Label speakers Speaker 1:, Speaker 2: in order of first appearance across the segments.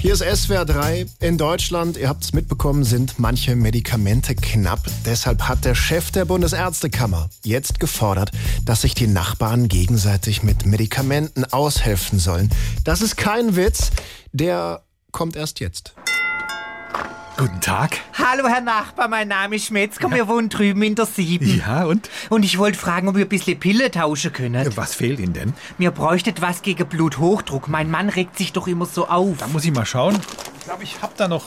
Speaker 1: Hier ist SWR 3. In Deutschland, ihr habt es mitbekommen, sind manche Medikamente knapp. Deshalb hat der Chef der Bundesärztekammer jetzt gefordert, dass sich die Nachbarn gegenseitig mit Medikamenten aushelfen sollen. Das ist kein Witz, der kommt erst jetzt.
Speaker 2: Guten Tag.
Speaker 3: Hallo, Herr Nachbar, mein Name ist Metzger. Wir wohnen drüben in der Sieben.
Speaker 2: Ja, und?
Speaker 3: Und ich wollte fragen, ob wir ein bisschen Pille tauschen können.
Speaker 2: Was fehlt Ihnen denn?
Speaker 3: Mir bräuchtet was gegen Bluthochdruck. Mein Mann regt sich doch immer so auf.
Speaker 2: Da muss ich mal schauen. Ich glaube, ich habe da noch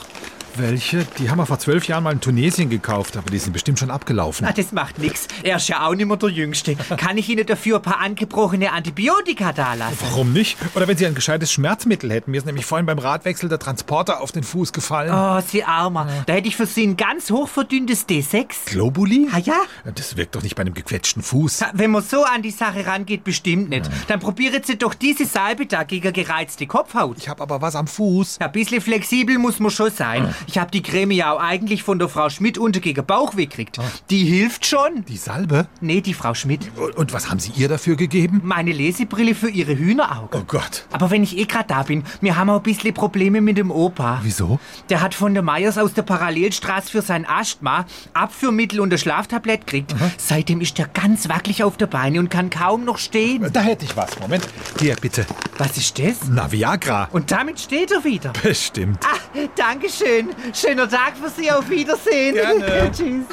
Speaker 2: welche. Die haben wir vor zwölf Jahren mal in Tunesien gekauft, aber die sind bestimmt schon abgelaufen.
Speaker 3: Ah, das macht nix. Er ist ja auch nicht mehr der Jüngste. Kann ich Ihnen dafür ein paar angebrochene Antibiotika dalassen?
Speaker 2: Warum nicht? Oder wenn Sie ein gescheites Schmerzmittel hätten. Mir ist nämlich vorhin beim Radwechsel der Transporter auf den Fuß gefallen.
Speaker 3: Oh, Sie Armer. Da hätte ich für Sie ein ganz hochverdünntes D6.
Speaker 2: Globuli?
Speaker 3: Ah ja?
Speaker 2: Das wirkt doch nicht bei einem gequetschten Fuß.
Speaker 3: Ha, Wenn man so an die Sache rangeht, bestimmt nicht. Dann probieren Sie doch diese Salbe da gegen gereizte Kopfhaut.
Speaker 2: Ich habe aber was am Fuß.
Speaker 3: Ein bisschen flexibel muss man schon sein. Ich habe die Creme ja auch eigentlich von der Frau Schmidt unter gegen Bauchweh gekriegt. Die hilft schon.
Speaker 2: Die Salbe?
Speaker 3: Nee, die Frau Schmidt.
Speaker 2: Und und was haben Sie ihr dafür gegeben?
Speaker 3: Meine Lesebrille für ihre Hühneraugen.
Speaker 2: Oh Gott.
Speaker 3: Aber wenn ich eh grad da bin, wir haben auch ein bisschen Probleme mit dem Opa.
Speaker 2: Wieso?
Speaker 3: Der hat von der Meyers aus der Parallelstraße für sein Asthma Abführmittel und ein Schlaftablett gekriegt. Seitdem ist der ganz wackelig auf der Beine und kann kaum noch stehen.
Speaker 2: Da hätte ich was. Moment. Hier, bitte.
Speaker 3: Was ist das?
Speaker 2: Na, Viagra.
Speaker 3: Und damit steht er wieder.
Speaker 2: Bestimmt.
Speaker 3: Ah, Dankeschön. Schöner Tag für Sie. Auf Wiedersehen.
Speaker 2: Gerne.
Speaker 3: Tschüss.